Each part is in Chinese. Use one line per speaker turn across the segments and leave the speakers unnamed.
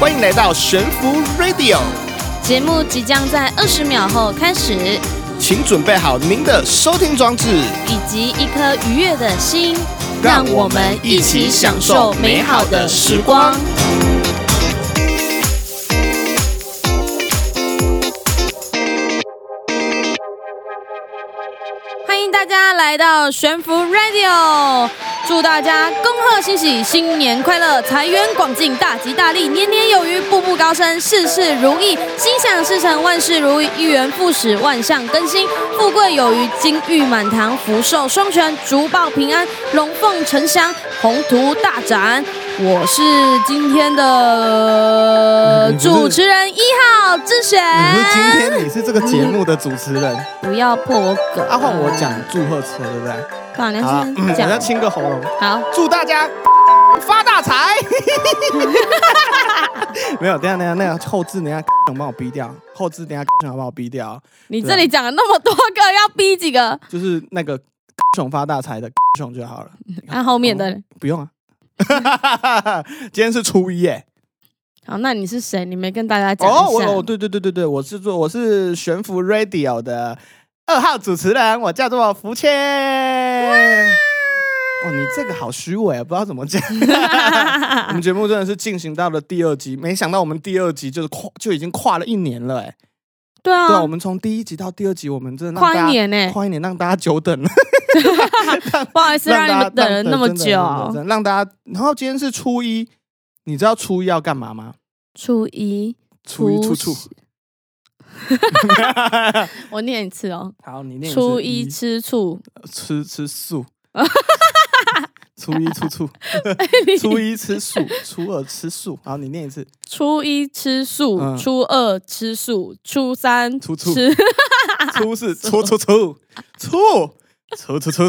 欢迎来到悬浮 Radio，
节目即将在二十秒后开始，
请准备好您的收听装置。
以及一颗愉悦的心，
让我们一起享受美好的时光。
欢迎大家来到悬浮 Radio，祝大家恭贺新喜，新年快乐，财源广进，大吉大利，年年有余，步步高升，事事如意，心想事成，万事如意，一元复始，万象更新，富贵有余，金玉满堂，福寿双全，竹报平安，龙凤呈祥，宏图大展。我是今天的
你不是
主持人一号志璇，
你是今天你是这个节目的主持人，
不要破我梗，
啊，换我讲祝贺词，对不对？
好，你
好
要
啦，嗯
先
我要
讲，
清个喉咙，
好。
祝大家发大财。 没有，等一下等一下，那个后置等一下 能帮我逼掉，后置等一下 能帮我逼掉，
你这里讲了那么多个，要逼几个？
就是那个熊发大财的 熊就好了，
按、后面的。
不用啊。 今天是初一耶！
好，那你是谁？你没跟大家讲一下。
哦，我哦，对对对对对，我是做我是悬浮 Radio 的二号主持人，我叫做福谦。哦，你这个好虚伪啊，不知道怎么讲。我
啊
们节目真的是进行到了第二集，没想到我们第二集就是跨就已经跨了一年了、哎、
对啊，
对啊，我们从第一集到第二集，我们真的让
跨
大家
一年呢、
跨一年让大家久等了，
不好意思，让你
大家
们等了那么
真的真
久。
的真的让大家。然后今天是初一，你知道初一要干嘛吗？
初一，
初一
初
初处。
我念一次哦。
好，你念次
初一吃醋，
吃吃 素，初一初初，
哎
初一吃素，初二吃素。好，你念一次，
初一吃素，
嗯
初二吃素，初三
初
吃
醋，初 四初初初初初初 初初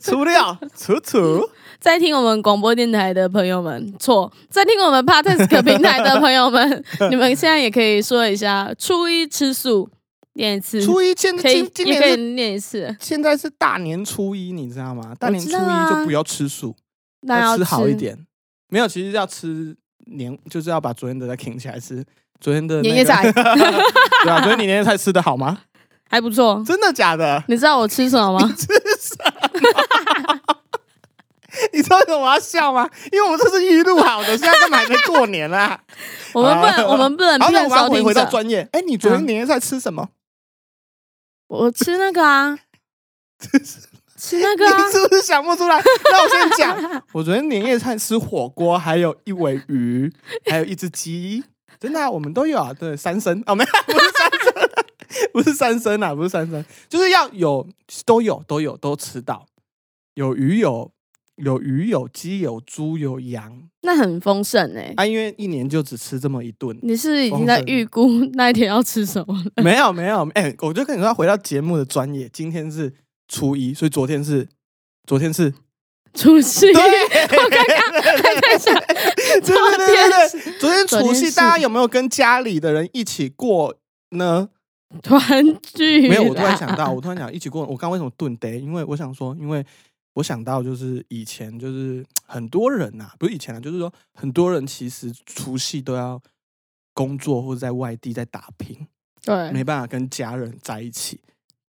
初六初初。
在听我们广播电台的朋友们，错，在听我们 Podcast 平台的朋友们，你们现在也可以说一下，初一吃素，念一次，
初一现
可以
今今
也可以
年是
念一次，
现在是大年初一，你知道吗？大年初
我知道啊
一就不要吃素，
那要
吃好一，点。没有，其实要吃年，就是要把昨天的再挺起来吃。昨天的那个
年夜菜
对啊，昨天你年夜菜吃的好吗？
还不错。
真的假的？
你知道我吃什么吗？
你知道为什么我要笑吗？因为我们这是预录好的，现在干嘛还没过年啦？
我们不能，
好
我们不能
好，那
骗
我们要
收
回
听
回到
者。
专业。哎，你昨
嗯
天年夜菜吃什么？
我吃那个 啊，吃那个啊
你，是不是想不出来？那我先讲，我昨天年夜菜吃火锅，还有一尾鱼，还有一只鸡，真的啊、我们都有啊。对，三生啊，没有，不是三生，啊不是三生啊，不是三生，就是要有都有都有都吃到，有鱼有有鱼有鸡有猪有羊
那很丰盛哎、
啊，因为一年就只吃这么一顿，
你是不是已经在预估那一天要吃什么了？
没有没有，哎、我就跟你说，回到节目的专业，今天是初一，所以昨天是昨天是，
除夕，
对，
我刚 刚还在想，
对对对对
昨
对，昨天
昨天
除夕，
是
大家有没有跟家里的人一起过 呢？
团聚啊
没有，我突然
啦
想到，我 突然想一起过，我刚为什么顿呆？因为我想说，因为我想到就是以前就是很多人呐、不是以前啊，就是说很多人其实除夕都要工作或者在外地在打拼，
对
没办法跟家人在一起。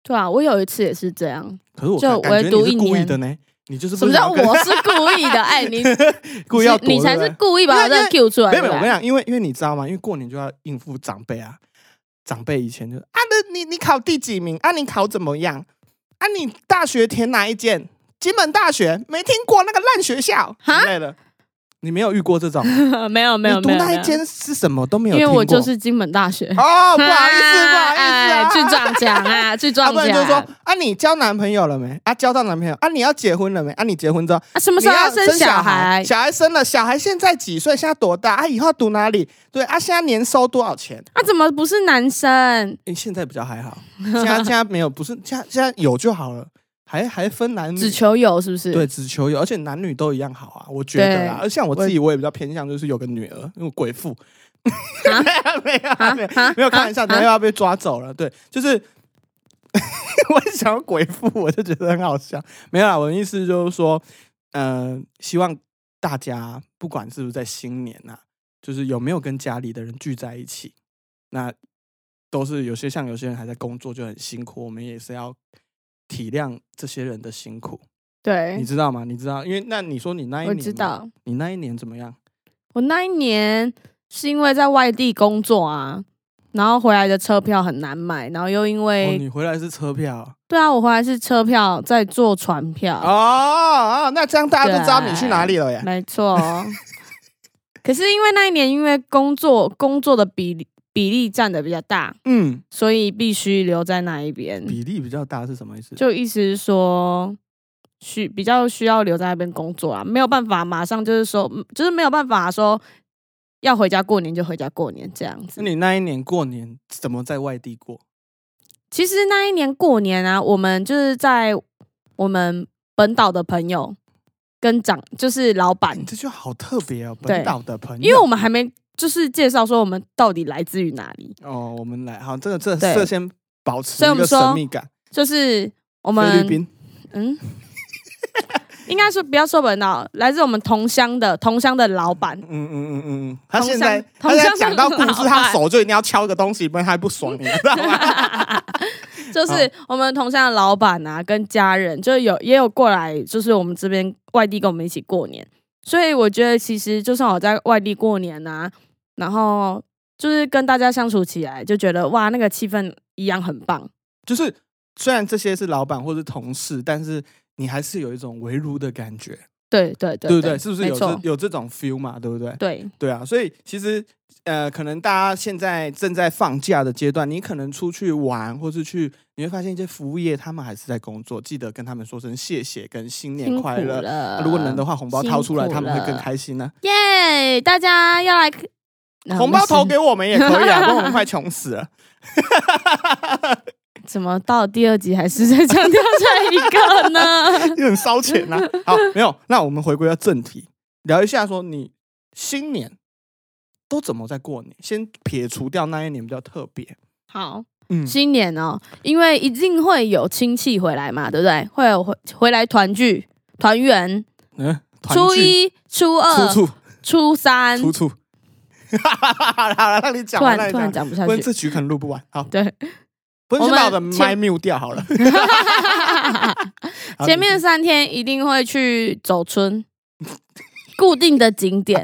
对啊，我有一次也是这样。
可是我
就
感感
唯
觉
独
你
一
是故意
年
的呢，你就是
什
不
么叫
想跟
我是故意的？哎，你
故意要躲
你才
对
是
不对
故意把我这
因
个
为
Q 出来
没有
的
没有，
吧。
我跟你讲，因为因为你知道吗？因为过年就要应付长辈啊，长辈以前就啊，那你你考第几名啊？你考怎么样啊？你大学填哪一间？金门大学没听过那个烂学校
哈
之类的，你没有遇过这 种？
没有没有
你读
没有，
那
没有
一间是什么都没有
因为
听过，
我就是金门大学。
哦，不好意思，不好意 思
哎
啊，
去撞墙 啊，去
要、
撞
不
墙。
然就说啊，你交男朋友了没？啊，交到男朋友啊，你要结婚了没？啊，你结婚之后
啊什么时候
你
要
要
生小
小
孩？
小孩生了，小孩现在几岁？现在多大？啊，以后读哪里？对啊，现在年收多少钱？
啊，怎么不是男生？
诶现在比较还 好，现在现在没有，不是现在现在有就好了，还还分男女。
只求有是不是？
对，只求有，而且男女都一样好啊，我觉得啦。
对
而像我自己，我也比较偏向就是有个女儿，因为我鬼父。
啊
没有没有
啊
没有
啊
没有开玩笑，
啊
等一下要被抓走了。对，就是 我想要鬼父，我就觉得很好笑。没有啦，我的意思就是说，呃，希望大家不管是不是在新年呐、啊，就是有没有跟家里的人聚在一起，那都是有些像有些人还在工作就很辛苦，我们也是要体谅这些人的辛苦，
对
你，知道吗？你知道，因为那你说你那一
我
年，
知，道。
你那一年怎么样？
我那一年是因为在外地工作啊，然后回来的车票很难买，然后又因
哦，
为、
你回来是车票
对啊，我回来是车票在坐船票，
哦哦，那这样大家
啊
都知道你去哪里了耶。
没错。 可是因为那一年因为工作工作的比例比例占的比较大，
嗯，
所以必须留在那一边。
比例比较大是什么意思？
就意思是说。需比较需要留在那边工作啊，没有办法马上就是说，嗯就是没有办法说要回家过年就回家过年这样子
那。你那一年过年怎么在外地过？
其实那一年过年啊，我们就是在我们本岛的朋友跟长，就是老
哎
板
你，这就好特别哦，
对
本岛的朋友。
因为我们还没就是介绍说我们到底来自于哪里，
哦，我们来好，这个这
对
这先保持
所以我
一
们
个神
说
秘感。
就是我
菲
们
律宾
嗯，应该说不要说本岛，来自我们同乡的同乡的老板
嗯，嗯嗯嗯嗯，他
同
现
乡
在
同
他现在
乡
讲
是
到
老
故事，他
板
手就一定要敲个东西，不然他不爽，你知道吗？
就是我们同乡的老板啊，跟家人，就是有也有过来，就是我们这边外地跟我们一起过年。所以我觉得，其实就算我在外地过年啊，然后就是跟大家相处起来，就觉得哇，那个气氛一样很棒。
就是虽然这些是老板或是同事，但是你还是有一种围炉的感觉，
对对对
对不对？是不是
没
有
错
这，有这种 feel 嘛？对不对？
对
对啊，所以其实呃，可能大家现在正在放假的阶段，你可能出去玩，或是去，你会发现一些服务业他们还是在工作，记得跟他们说声谢谢，跟新年
辛苦
快乐。
了
啊如果能的话，红包掏出来，
辛苦
他们会更
了
开心呢、
耶大家要来
红包投
头
给我们也可以啊，不 然我们快穷死了。
怎么到第二集还是在强调这一个呢？
也很烧钱呐、好，没有，那我们回归到正题，聊一下说你新年都怎么在过年？先撇除掉那一年比较特别，
好，
嗯，
新年哦，因为一定会有亲戚回来嘛，对不对？会有回回来团聚、团圆，
嗯，团
初
聚、
一、初二、
初处、
初三，
初处，嗯好了，让你讲
突
完，
然
让你
突然
讲，
讲不下
不然
去。
这局可能录不完。好，
对，
不然
我
先
们
把我的麦
前
mute 掉 好了。好
前面三天一定会去走村， 固定的景点。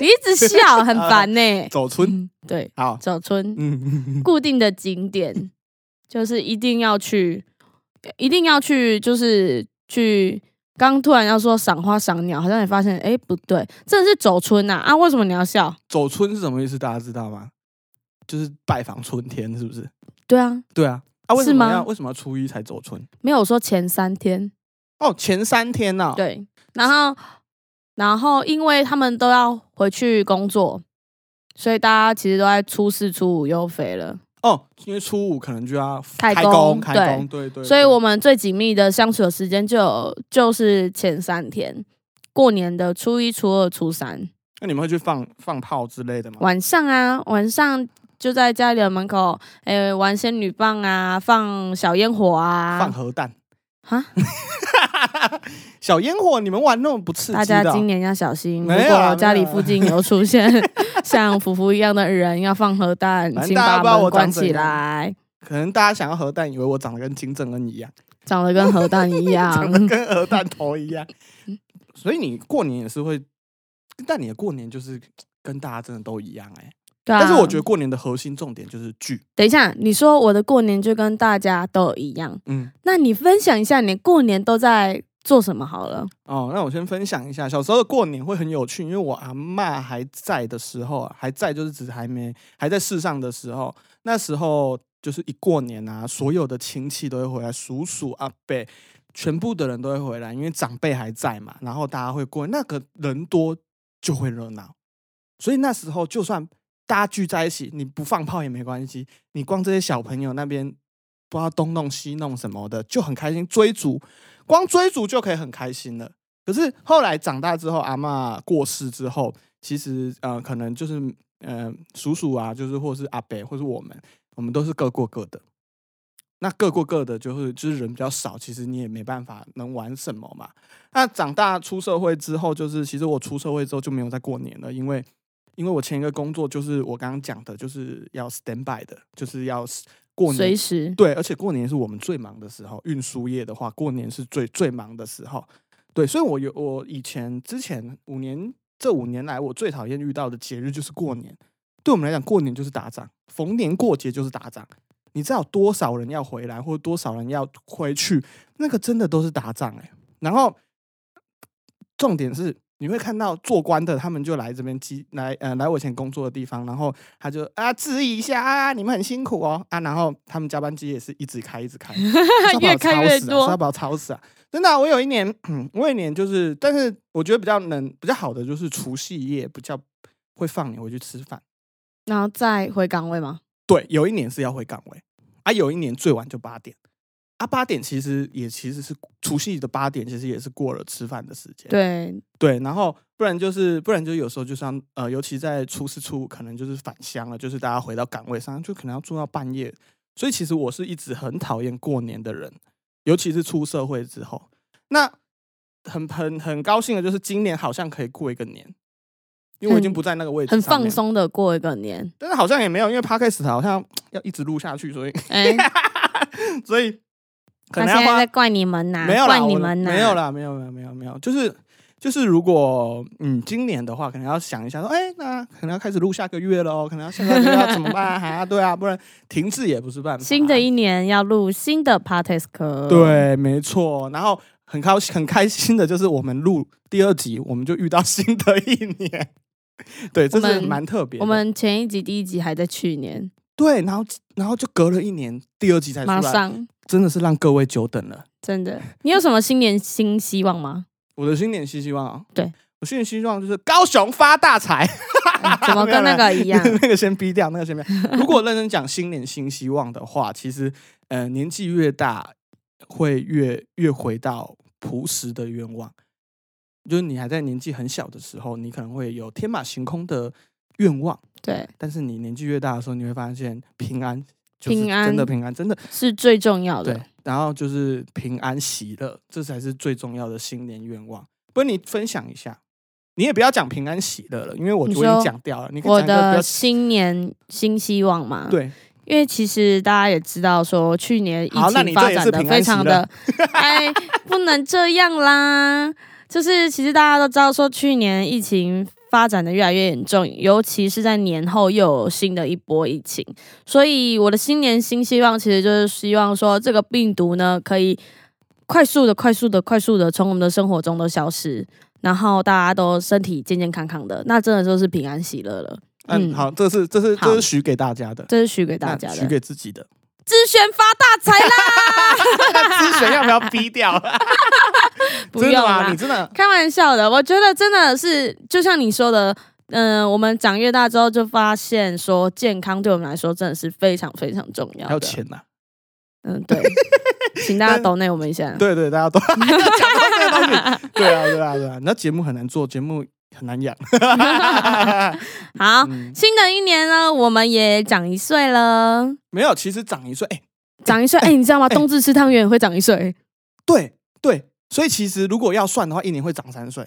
你一直笑，很烦呢、
走村，
嗯对，
好，
走村
嗯，
固定的景点就是一定要去，一定要去，就是去。刚突然要说赏花赏鸟，好像也发现，哎，不对，这是走村呐啊为什么你要笑？
走村是什么意思？大家知道吗？就是拜访春天，是不是？
对啊，
对啊，啊，为
是
什么
吗
要为什么要初一才走村？
没有说前三天，
哦，前三天呢、，
对，然后然后因为他们都要回去工作，所以大家其实都在初四初五又肥了，
哦，因为初五可能就要
开
工，
工
开
对
工，对对。
所以
对
我们最紧密的相处的时间就有就是前三天，过年的初一、初二、初三
那你们会去放放炮之类的吗？
晚上啊，晚上就在家里的门口，诶、玩仙女棒啊，放小烟火
放
啊，
核弹
啊，
小烟火，你们玩那种不刺激的哦？
大家今年要小心，如
没有啊
果家
没
里
有啊
附近有出现 像福福一样的人要放核弹，
反正
请
大家
把
不知道我
门关
长怎
起
样
来，
可能大家想要核弹，以为我长得跟金正恩一样，
长得跟核弹一
长 得
样。
跟核弹头一样。所以你过年也是会，但你的过年就是跟大家真的都一样哎、
对啊，
但是我觉得过年的核心重点就是聚，
等一下，你说我的过年就跟大家都一样，
嗯。
那你分享一下你过年都在做什么好了？
哦，那我先分享一下，小时候的过年会很有趣，因为我阿嬷还在的时候啊，还在就是指还没还在世上的时候，那时候就是一过年啊，所有的亲戚都会回来，叔叔阿伯，全部的人都会回来，因为长辈还在嘛，然后大家会过，那个人多就会热闹，所以那时候就算大家聚在一起，你不放炮也没关系，你光这些小朋友那边不知道东弄西弄什么的，就很开心，追逐。光追逐就可以很开心了。可是后来长大之后，阿嬷过世之后，其实呃，可能就是呃，叔叔啊，就是或是阿伯，或是我们，我们都是各过各的。那各过各的，就是就是人比较少，其实你也没办法能玩什么嘛。那长大出社会之后，就是其实我出社会之后就没有再过年了，因为因为我前一个工作就是我刚刚讲的，就是要 stand by 的，就是要 s- 过
随
年。
时
对，而且过年是我们最忙的时候，运输业的话，过年是最最忙的时候。对，所以我有我以前之前五年这五年来，我最讨厌遇到的节日就是过年。对我们来讲，过年就是打仗，逢年过节就是打仗。你知道多少人要回来，或者多少人要回去，那个真的都是打仗哎、然后重点是，你会看到做官的他们就来这边基来呃来我以前工作的地方，然后他就啊质疑一下啊，你们很辛苦哦啊，然后他们加班机也是一直开一 直开，是要把我
越开
吵
越
死啊
多
是要把我吵死啊！真的啊、我有一年，我有一年就是，但是我觉得比较能比较好的就是除夕夜比较会放你回去吃饭。
然后再回岗位吗？
对，有一年是要回岗位，啊，有一年最晚就八点，啊，八点其实也其实是除夕的八点，其实也是过了吃饭的时间。
对，
对，然后不然就是不然就有时候就像呃，尤其在初四初五，可能就是返乡了，就是大家回到岗位上，就可能要做到半夜。所以其实我是一直很讨厌过年的人，尤其是出社会之后。那很很很高兴的就是今年好像可以过一个年，因为我已经
很
不在那个位置
很
上
放
面，
松的过一个年。
但是好像也没有，因为 podcast 好像要一直录下去，所以
哎，
所以
他
可能要
现
花
在在怪你们呐，
没有
怪
啦，
你
我
们呐，
没有啦，没有没有没有没有，就是就是，如果嗯今年的话，可能要想一下说，哎、那可能要开始录下个月喽，可能要下个月要怎么办啊？还 要对啊，不然停滞也不是办法。
新的一年要录新的 podcast 课，，
对，没错。然后很高很开心的就是我们录第二集，我们就遇到新的一年，对，这
我
是
们
蛮特别的。
我们前一集第一集还在去年，
对，然后然后就隔了一年，第二集才出
马
来，
上
真的是让各位久等了。
真的，你有什么新年新希望 吗？
我的新年新希望啊，
对
我新年新希望就是高雄发大财。
哎怎么跟那个一样？
那个先逼掉，那个先逼掉。如果认真讲新年新希望的话，其实呃年纪越大，会越越回到朴实的愿望。就是你还在年纪很小的时候，你可能会有天马行空的愿望，
对，
但是你年纪越大的时候，你会发现平安，就是
平安
真的平安，真的
是最重要
对
的。。
然后就是平安喜乐，这才是最重要的新年愿望。不然你分享一下，你也不要讲平安喜乐了，因为我
你
昨天
说
讲掉了。你可以
我
讲一个比
的
较
新年新希望嘛，，
对
因为其实大家也知道，说去年疫
好那你
情
这
发
也
展
是
的非常的， 哎，不能这样啦。就是其实大家都知道，说去年疫情发展的越来越严重，尤其是在年后又有新的一波疫情，所以我的新年新希望其实就是希望说这个病毒呢可以快速的、快速的、快速的从我们的生活中都消失，然后大家都身体健健康康的，那真的就是平安喜乐了。
嗯，
嗯
好，这是这是
好
这是许给大家的，
这是许给大
那
家的
许，给自 己的。
自选发大财啦！
咨询要不要 逼掉？
不
真
用
的吗？
啦
你，真的
开玩笑的。我觉得真的是，就像你说的，嗯、我们长越大之后，就发现说健康对我们来说真的是非常非常重要
还有
的。
钱呐？
嗯， 对，请大家抖内我们一下。
对对，大家都 讲到这个东西，对啊对啊对啊，那节目很难做，节目很难养。
好，
嗯
新的一年呢，我们也长一岁了，
没有，其实长一岁，哎，
长 一岁。哎、你知道吗？
哎
冬至吃汤圆也会长一岁。
对对，所以其实如果要算的话，一年会长三岁。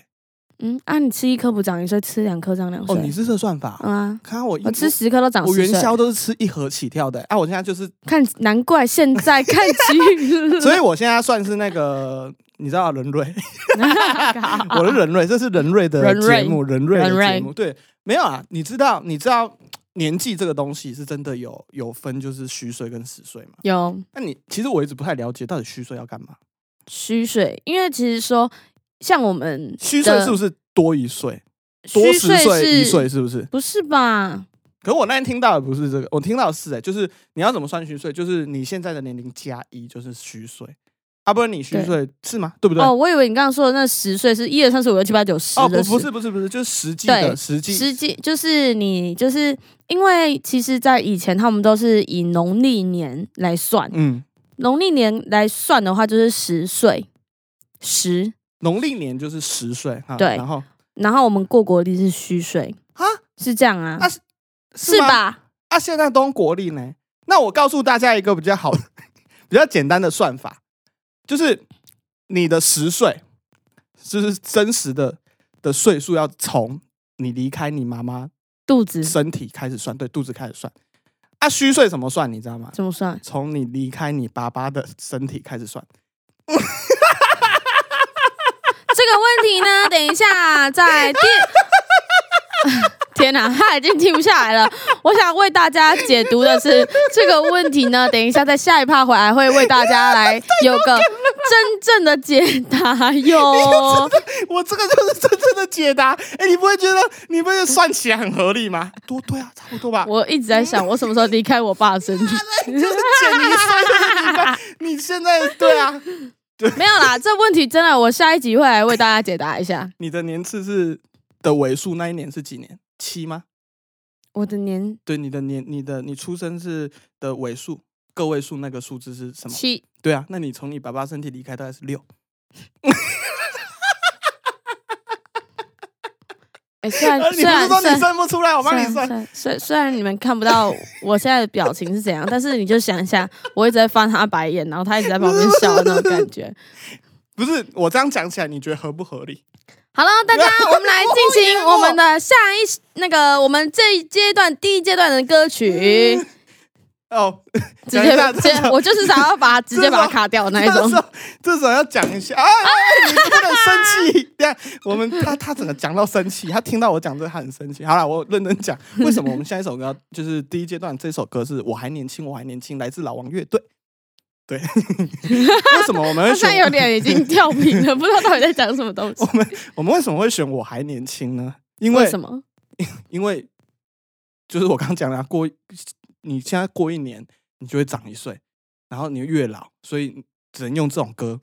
嗯，啊，你吃一颗不长一岁，吃两颗长两岁。
哦，你是这算法
嗯
哦？
啊，
看我一
我吃十颗都长
我
十
元
岁。
宵都是吃一盒起跳的，啊，我现 在就是，
看，难怪现在看 剧。
所以我现在算是那个，你知道人类。 我
我
的人类，这是人类的
啊人
节
类
目，人类的
人类
节目。对，没有啊，你知道，你知道年纪这个东西是真的有有分，就是虚岁跟实岁嘛。
有
那你其实我一直不太了解，到底虚岁要干嘛？
虚岁，因为其实说像我们
虚岁
的
是不是多一岁，多
虚
十
岁
岁
是
一岁是不是？
不是吧？
可我那天听到的不是这个，我听到的是哎、就是你要怎么算虚岁，就是你现在的年龄加一就是虚岁，啊，不是你虚
对
岁是吗？对不对？
哦，我以为你刚刚说的那十岁是一二三四五六七八九十
哦，
的
不，不
十
是，不是，不是，就是实际的
对
实际
实际就是你就是因为其实，在以前他们都是以农历年来算，
嗯，
农历年来算的话就是十岁十，
农历年就是十岁哈，
对
然后
然后我们过国历是虚岁，
啊，
是这样啊？
啊
是
吗？
吧？
啊，现在都国历呢。那我告诉大家一个比较好、 比较简单的算法，就是你的十岁，就是真实的的岁数要从你离开你妈妈
肚子
身体开始算，对，肚子开始算。啊，虚岁怎么算？你知道吗？
怎么算？
从你离开你爸爸的身体开始算。
这个问题呢，等一下在第。 天哪、他已经停不下来了。我想为大家解读的是这个问题呢，等一下在下一趴回来会为大家来有个真正的解答哟。
我这个就是真正的解答。哎、你不会觉得你不会觉得算起来很合理吗？多对啊，差不多吧。哎
我一直在想，我什么时候离开我爸的身体？
就是减你三十几 吧。你现在对啊，
没有啦，这问题真的，我下一集会来为大家解答一下。
你的年次是的尾数那一年是几年？七吗？
我的年
对，你的年，你的你出生是的尾数，个位数那个数字是什么？
七，
对啊，那你从你爸爸身体离开大概是六。
哎、虽然
啊你
虽
不是
然
说
虽
你
然
算不出来，我帮你
虽
算。
然虽虽然你们看不到我现在的表情是怎样，但是你就想一下， 我一直在翻他白眼，然后他一直在旁边笑的那种感觉。
不是我这样讲起来，你觉得合不合理？
好了，大家，我们来进
我也
行
我
我们的下一那个我们这一阶段第一阶段的歌 曲，
哦，
直
讲嗯一
接
下
直接
这首，
我就是想要把它直接把它卡掉的那一种
这。首这首要讲一下啊！你不能生气。对啊，我们他他整个讲到生气，他听到我讲这，他很生气。好了，我认真讲，为什么我们下一首歌要就是第一阶段这首歌是我还年轻，我还年轻，来自老王乐队。对， 为什么我
他
们会
现在
选
有点已经跳屏了，不知道到底在讲什么东西。
我们为什么会选我还年轻呢？因
为
为
什么？
因为就是我刚讲的、啊，过一你现在过一年，你就会长一岁，然后你越老，所以只能用这种歌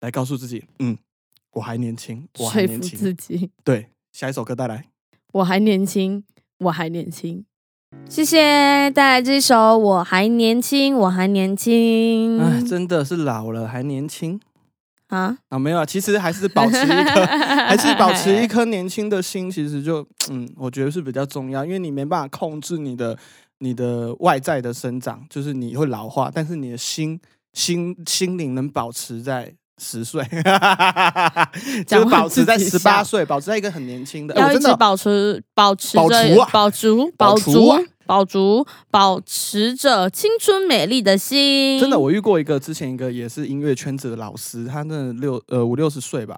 来告诉自己，嗯，我还年轻，我
说
还年
服
轻。
自己。
对，下一首歌带来，
我还年轻，我还年轻。谢谢，带来这首《我还年轻，我还年轻》
哎，真的是老了还年轻
啊，
啊，没有啊，其实还是保持 一颗，还是保持
哎
一颗年轻的心，其实就嗯，我觉得是比较重要，因为你没办法控制你的你的外在的生长，就是你会老化，但是你的心心心灵能保持在。十岁， 就
讲
是
话
保持在
自己
十
笑
八岁，保持在一个很年轻的。哎
要
我
一
真
直
的
保持保持
保
着
足啊
保足
保
保
足啊
足保足保持着青春美丽的心。
真的，我遇过一个之前一个也是音乐圈子的老师，他那六呃五六十岁吧，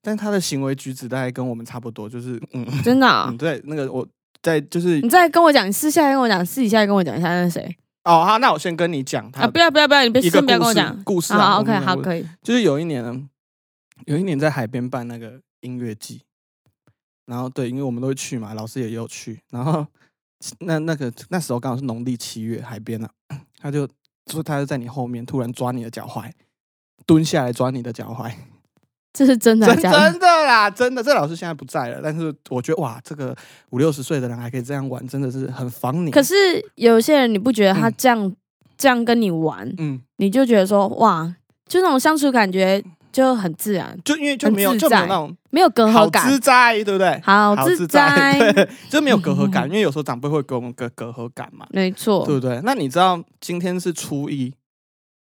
但他的行为举止大概跟我们差不多，就是嗯
真的啊、
嗯 对，那个我在就是
你再跟我讲，私下跟我讲，私底下跟我讲一下那是谁
哦好，那我先跟你讲他
啊？不要不要不要，你别
一个
先不要跟
故
我
事
讲
故事啊
好好
我们
，OK，
讲
好，
故事
可以。
就是有一年呢，有一年在海边办那个音乐季，然后对，因为我们都会去嘛，老师也有去，然后那那个那时候刚好是农历七月，海边啊，他就说他就在你后面突然抓你的脚踝，蹲下来抓你的脚 踝，
这是真的还
真
是假的？
真的啦，真的，这老师现在不在了，但是我觉得哇，这个五六十岁的人还可以这样玩，真的是很防你。
可是有些人你不觉得他
嗯
这样、这样跟你玩，
嗯，
你就觉得说哇，就那种相处感觉就很自然，
就因为就
很
没有
自
就没有
在
那种
没有隔
好
阂嗯感
自。在，对不对？
好
好
自
自
在，
在， 对，就没有隔阂感，因为有时候长辈会给我们隔隔阂感嘛，
没错
对，不对？那你知道今天是初一，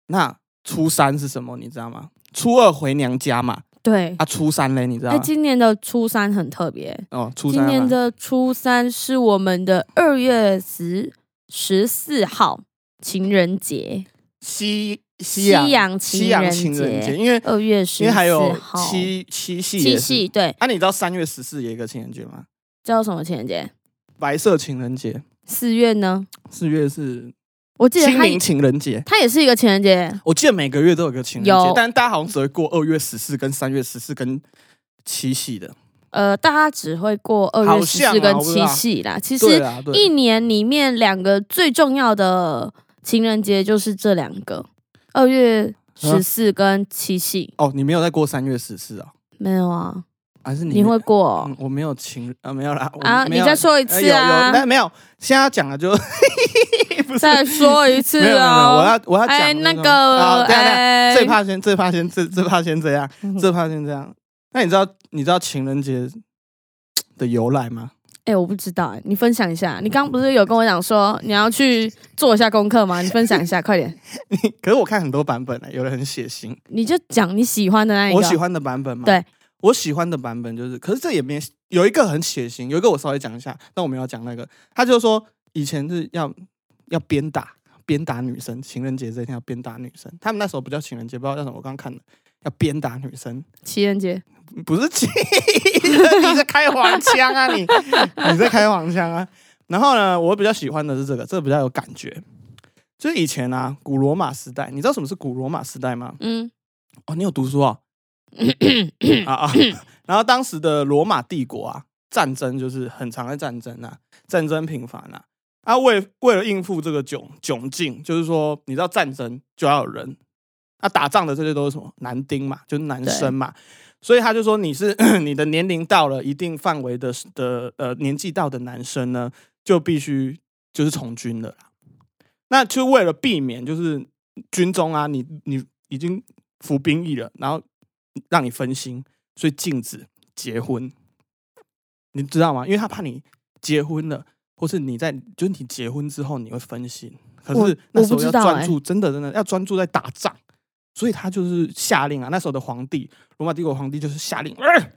那初三是什么？你知道吗？初二回娘家嘛，
对。
啊，初三嘞，你知道
哎，
吗？
今年的初三很特别，
哦，初
今
三
年
嘛
的初三是我们的二月十十四号情人节，
西西
西洋情
西洋
人
情人节，
节，
因为
二月十
因为还有
四号，
七七夕
七
也是
夕，对，
啊，你知道三月十四也有一个情人节吗？
叫什么情人节？
白色情人节，
四月呢？
四月是
我记得
清
它
明情人节，
它也是一个情人节，
我记得每个月都有个情人节
有，
但大家好像只会过二月十四跟三月十四跟七夕的。
呃，大家只会过二
好
月十
像啊
四跟
我不知
七
道
夕啦。其
对
实
啊，
一
对，
年里面两个最重要的情人节就是这两个，二月
啊
十四跟七夕。
哦，你没有在过三月十四啊？
没有啊，
还是你
你会过哦、
嗯？我没有情啊，没有啦。我
啊
没有
你再说一次
呃有有
啊
但没有，现在要讲的就 不 是
再说一次
没有没有没有，我
哦、
要我要讲
哎，那
个
个
啊，等一下等一下
哎，嗯
最怕先，最怕先，这最怕先这样，最怕先这样。那你知道你知道情人节的由来吗？
哎、我不知道、哎，你分享一下。你刚刚不是有跟我讲说你要去做一下功课吗？你分享一下，快点，
可是我看很多版本呢、有人很血腥，
你就讲你喜欢的那一个。
我喜欢的版本嘛。
对，
我喜欢的版本就是，可是这也没有一个很血腥，有一个我稍微讲一下，但我们要讲那个，他就说以前是要要鞭打鞭打女生，情人节这一天要鞭打女生，他们那时候不叫情人节，不知道叫什么，我刚刚看的要鞭打女生，
情人节
不是 气，你在开黄腔啊你，你在开黄腔啊。然后呢，我比较喜欢的是这个，这个比较有感觉。就是以前啊，古罗马时代，你知道什么是古罗马时代吗？
嗯，
哦，你有读书啊？啊啊！然后当时的罗马帝国啊，战争就是很常的战争啊，战争频繁啊。啊，为为了应付这个窘窘境，就是说，你知道战争就要有人，啊，打仗的这些都是什么男丁嘛，就是男生嘛，所以他就说你是 你的年龄到了一定范围的的呃年纪到的男生呢，就必须就是从军了啦。那就为了避免就是军中啊，你你已经服兵役了，然后让你分心，所以禁止结婚，你知道吗？因为他怕你结婚了，或是你在就是你结婚之后你会分心，可
我
是那时
我不
候
知
要
道
专
欸
注，真的真的要专注在打仗，所以他就是下令啊，那时候的皇帝，罗马帝国皇帝就是下令，呃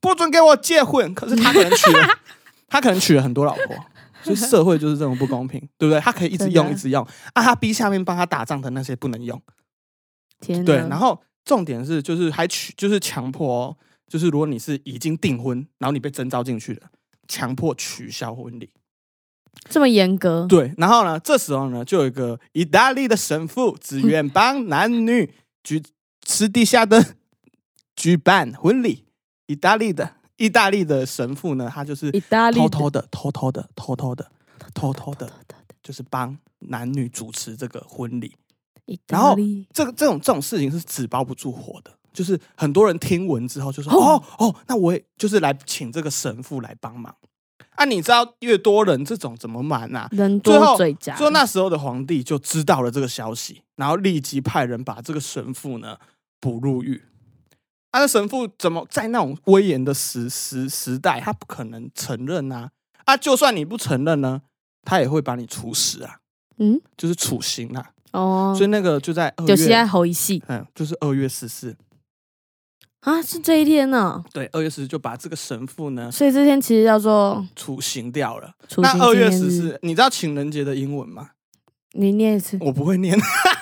不准给我结婚，可是他可能娶 了，他可能娶了很多老婆。所以社会就是这种不公平，对不对？他可以一直
真的
用，一直用啊！他逼下面帮他打仗的那些不能用，
天
对，
哪
然后重点是，就是还取，就是强迫、哦，就是如果你是已经订婚，然后你被征召进去了，强迫取消婚礼。
这么严格，
对，然后呢，这时候呢，就有一个意大利的神父 自愿帮男女举私底下的举办婚礼。意大利的意大利的神父呢，他就是
意大利
偷
的
偷的、偷偷的、偷偷的、偷偷的，就是帮男女主持这个婚礼。
意
然
大
后
利
这个这种这种事情是纸包不住火的，就是很多人听闻之后就说
哦
哦哦，那我也就是来请这个神父来帮忙。啊，你知道越多人这种怎么瞒啊？
人
最
多
后
嘴假，
所以那时候的皇帝就知道了这个消息，然后立即派人把这个神父呢捕入狱。啊，那神父怎么在那种威严的时时时代，他不可能承认啊！啊，就算你不承认呢，他也会把你处死啊，
嗯
就是处刑啊。
哦
所，以那个就在二月，
就是在吼一戏
嗯，就是二月十四，
啊，是这一天呢，
对，二月十四就把这个神父呢
所以这天其实叫做
处刑掉了。
除
那
夕
二月
纪念
十
日，
四，你知道情人节的英文吗？
你念一次，
我不会念。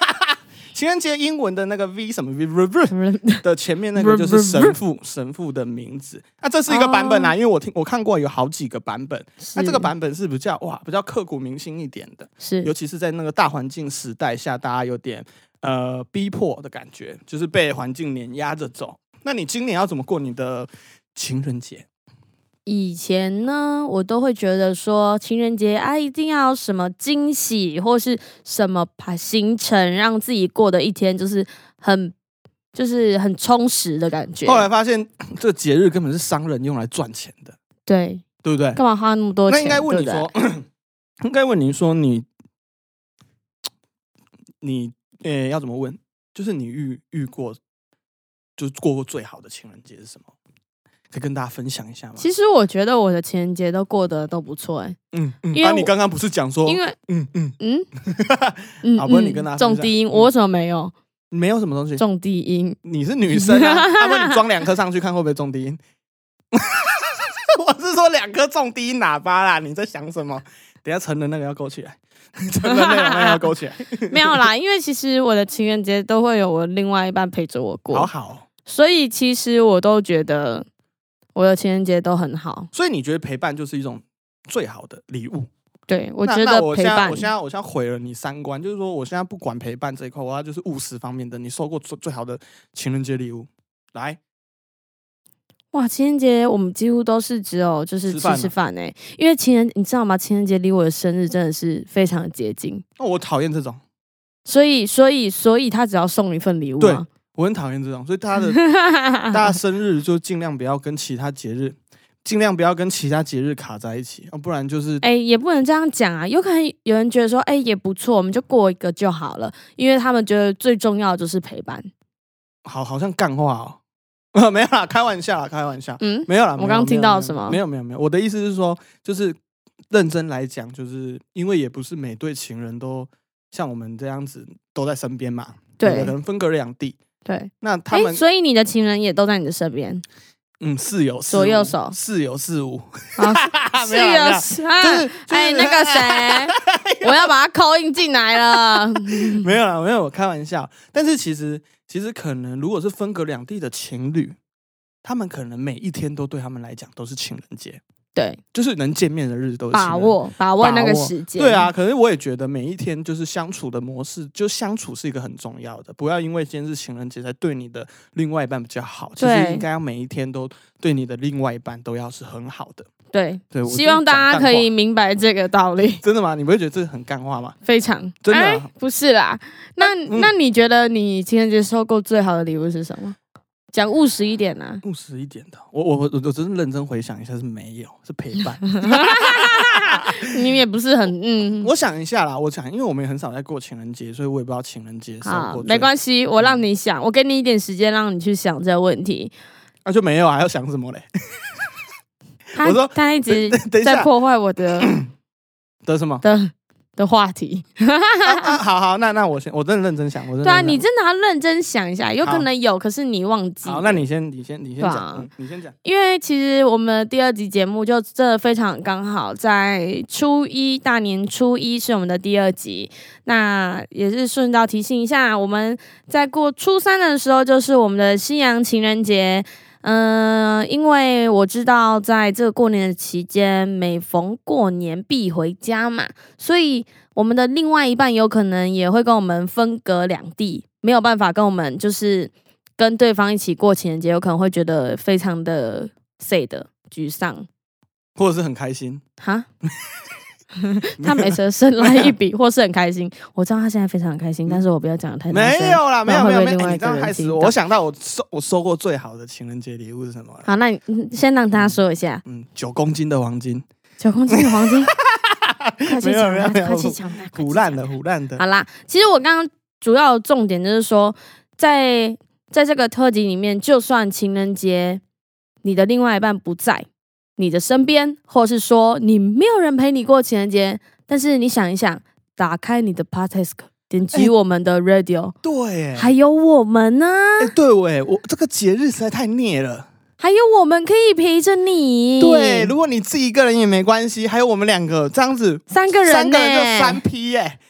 情人节英文的那个 V 什么 V V V 的前面那个就是神父神父的名字。那这是一个版本
哦
啊，因为我听我看过有好几个版本。 那这个版本是比较哇比较刻骨铭心一点的，
是
尤其是在那个大环境时代下，大家有点呃逼迫的感觉，就是被环境碾压着走。那你今年要怎么过你的情人节？
以前呢，我都会觉得说情人节啊，一定要有什么惊喜或是什么把行程，让自己过的一天就是很就是很充实的感觉。
后来发现 这个节日根本是商人用来赚钱的，
对，
对不对？
干嘛花那么多钱？
那应该问你
对不
说， 应该问你说你 你呃、要怎么问？就是你遇遇过，就是过过最好的情人节是什么？可以跟大家分享一下吗
对，？其实我觉得我的情人节都过得都不错哎、
嗯嗯
因为
啊，
我
你刚刚不是讲说，
因为
嗯嗯，
嗯嗯，
好不然
嗯
你跟大家分
重
享
低音，
嗯
我为什么没有
没有什么东西。
重低音？
你是女生 啊，他问你装两颗上去看会不会中低音？ 我是说两颗中低音喇叭啦，你在想什么？等一下成人那个要勾起来， 成人那个那个要勾起来，
没有啦，因为其实我的情人节都会有我另外一半陪着我过，
好好哦、
所以其实我都觉得我的情人节都很好。
所以你觉得陪伴就是一种最好的礼物？
对，我
那
觉
那
得
我
陪
现在
伴
我现在我现在毁了你三观，就是说我现在不管陪伴这一块，我要就是务实方面的。你收过最最好的情人节礼物，来，
哇，情人节我们几乎都是只有就是吃
吃饭
吃
啊
饭哎、因为情人你知道吗？情人节离我的生日真的是非常接近，
那、哦我讨厌这种，
所以所以所以他只要送一份礼物啊
对
嘛，
我很讨厌这种，所以大家的
嗯
大家生日就尽量不要跟其他节日，尽量不要跟其他节日卡在一起，啊、不然就是
哎、也不能这样讲啊，有可能有人觉得说，哎、也不错，我们就过一个就好了，因为他们觉得最重要的就是陪伴。
好好像干话哦， 没有啦，开玩笑啦，开玩笑。
嗯，
没有啦，
我
没有
刚刚听到
没有
什么
没有没有没有，我的意思是说，就是认真来讲，就是因为也不是每对情人都像我们这样子都在身边嘛，
对
有的人分隔两地，
对，
那他
哎、
们、
所以你的情人也都在你的身边，
嗯，四有四
左右
无
手
四有四无，
好，
没有啦没有啦
啊是有啊
就是就是
哎，那个 谁，我要把他扣印进来了。
没有啦，没有，我开玩笑。但是其实其实可能，如果是分隔两地的情侣，他们可能每一天都对他们来讲都是情人节，
对，
就是能见面的日子都是情人
把握把握那个时间。
对啊，，可是我也觉得每一天就是相处的模式，就相处是一个很重要的，不要因为今天是情人节才对你的另外一半比较好，其实
对
应该要每一天都对你的另外一半都要是很好的。
对，
对，我
希望大家可以明白这个道 理。
真的吗？你不会觉得这很干话吗？
非常
真的啊
哎不是啦。那
嗯
那你觉得你情人节收过最好的礼物是什么？讲务实一点 啊。
务实一点的，我我我我真的认真回想一下，是没有，是陪伴。
你也不是很嗯，
我想一下啦，我想，因为我们也很少在过情人节，所以我也不知道情人节收
好
过，
啊
嗯
没
系
关系，我让你想，我给你一点时间让你去想这个问题。
啊，就没有啊，还要想什么嘞？
他
我说
他一直
等一
在
下
破坏我的？
得什 么
的的话题。
啊啊好好，那那我先，我真的认真想，我真的
对啊，
认真
你真的要认真想一下，有
好
可能有，可是你忘记。
好，那你先，你先，你先
对啊
讲，嗯你先讲。
因为其实我们第二集节目就真的非常刚好在初一大年初一是我们的第二集，那也是顺道提醒一下，我们在过初三的时候就是我们的西洋情人节。嗯，因为我知道在这个过年的期间，每逢过年必回家嘛，所以我们的另外一半有可能也会跟我们分隔两地，没有办法跟我们就是跟对方一起过情人节，有可能会觉得非常的 sad 沮丧。
或者是很开心，
哈， 他每次生来一笔，或是很开心。我知道他现在非常开心，但是我不要讲得太大声
没。有啦，没有没有
然后会
没
被
有，
另外一
哎你这
个人
样害死
听
我！
到
我想到我收我收过最好的情人节礼物是什么了？
好，那你嗯先让他说一下
嗯，九公斤的黄金，
九公斤的黄 金，快去
没有
抢
没有
它，
没有
快去抢它，啊快去
腐烂
抢
的
它
腐烂的，
好啦，其实我刚刚主要的重点就是说，在在这个特辑里面，就算情人节你的另外一半不在你的身边，或是说你没有人陪你过情人节，但是你想一想，打开你的 Podcast，点击
哎
我们的 Radio，、
对，哎
还，有我们呢、
哎对喂，我这个节日实在太孽了。
还有我们可以陪着你。
对，如果你自己一个人也没关系，还有我们两个这样子，
三个人、呢。
三个人就三批耶。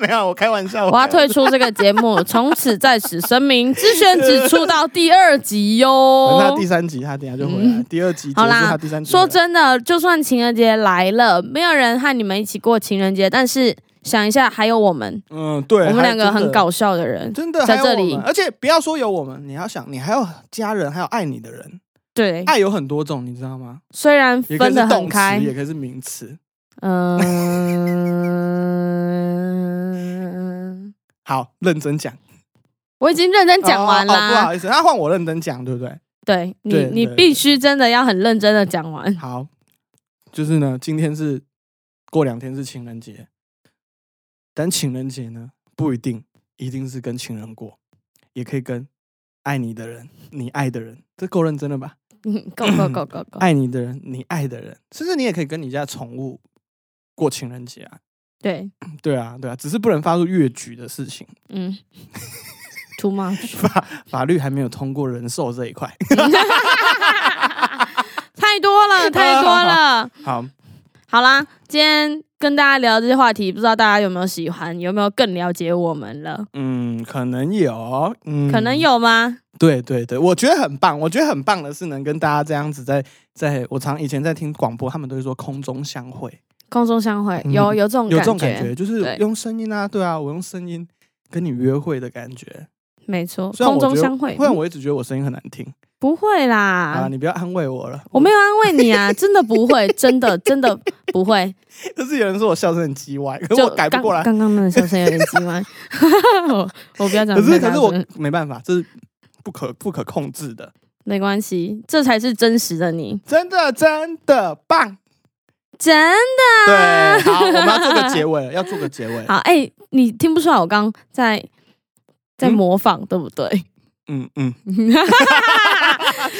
没有，我开玩笑。
我要
开玩
退出这个节目，从此在此声明，之选只出到第二集哟、
笑。 那第三集他等一下就回来，第二集结束
哦嗯好啦
他第三集回来。
说真的，就算情人节来了，没有人和你们一起过情人节，但是想一下，还有我们，
嗯，对，
我们
还
两个
真的
很搞笑的人，
真的
在
还有
这
我
里
们而且不要说有我们，你要想，你还有家人，还有爱你的人，
对，
爱有很多种，你知道吗？
虽然
也可
分
以是
得
动
很
词，
开，
啊也可以是名词。
嗯、
好，认真讲，
我已经认真讲完
哦哦哦不
啦，
好意思，那换我认真讲，对不对？
对你
对
你
对
必须真的要很认真的讲 完，
好，就是呢，今天是过两天是情人节，但情人节呢不一定一定是跟情人过，也可以跟爱你的人、你爱的人，这够认真了吧？
嗯够够够够够，
爱你的人、你爱的人，甚至你也可以跟你家宠物过情人节啊。
对，
对啊，对啊，只是不能发出越矩的事情，
嗯 ，too much。
法法律还没有通过人寿这一块。
太多了，太多了。
好，
好啦，今天跟大家聊这些话题，不知道大家有没有喜欢，有没有更了解我们了？
嗯，可能有，嗯，
可能。有吗？
对对对，我觉得很棒，我觉得很棒的是能跟大家这样子在在，我常以前在听广播，他们都会说空中相会，
空中相会，
嗯
有有这种
有这种感觉，就是
对
用声音啊，对啊，我用声音跟你约会的感觉。
没错，
虽然
空
我觉
中
得
相会嗯
不然我一直觉得我声音很难听
不会
啊，
啦。
你不要安慰我了。
我没有安慰你 啊，真的不会，真的真的不会。
就是有人说我笑声很叽歪，可是
就
我改不过来。
刚刚刚那个笑声有点奇 怪，我我不要讲
可是
太大声。
可是我没办法，这是不可不可控制的，
没关系，这才是真实的你，
真的真的棒。
真的啊。
对，好，我们要做个结尾了，要做个结尾。
好，哎、你听不出来我刚在在
嗯
模仿，对不对？
嗯嗯，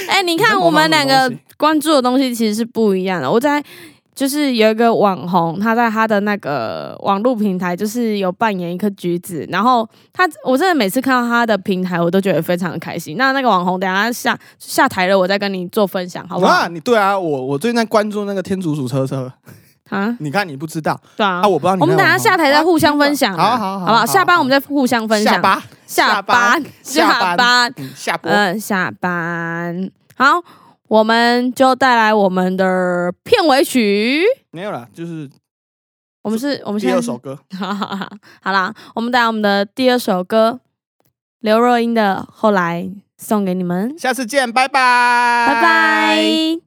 哎、你
你在
看
模
哎我们
仿
两
什么
个
东西
关注的东西其实是不一样的。我在就是有一个网红，他在他的那个网络平台，就是有扮演一颗橘子，然后他，我真的每次看到他的平台，我都觉得非常的开心。那那个网红，等一下下下台了，我再跟你做分享，好不好
啊，？你对啊，我我最近在关注那个天竺鼠车车，
啊，
你看你不知道
对啊
啊，，我不知道你
我们
那
等一
个
下
网红
下台再互相分享啊，
好好
好
好
不好？
好
下班我们再互相分享
下，巴
下
下巴
班，
下
下
班
班，
嗯下播，
嗯，下班，好，我们就带来我们的片尾曲。
没有啦，就是
我们是，我们现
第
在
二
是
首歌，
好好好，好啦，我们带来我们的第二首歌，刘若英的《后来》送给你们，
下次见，拜拜，
拜拜。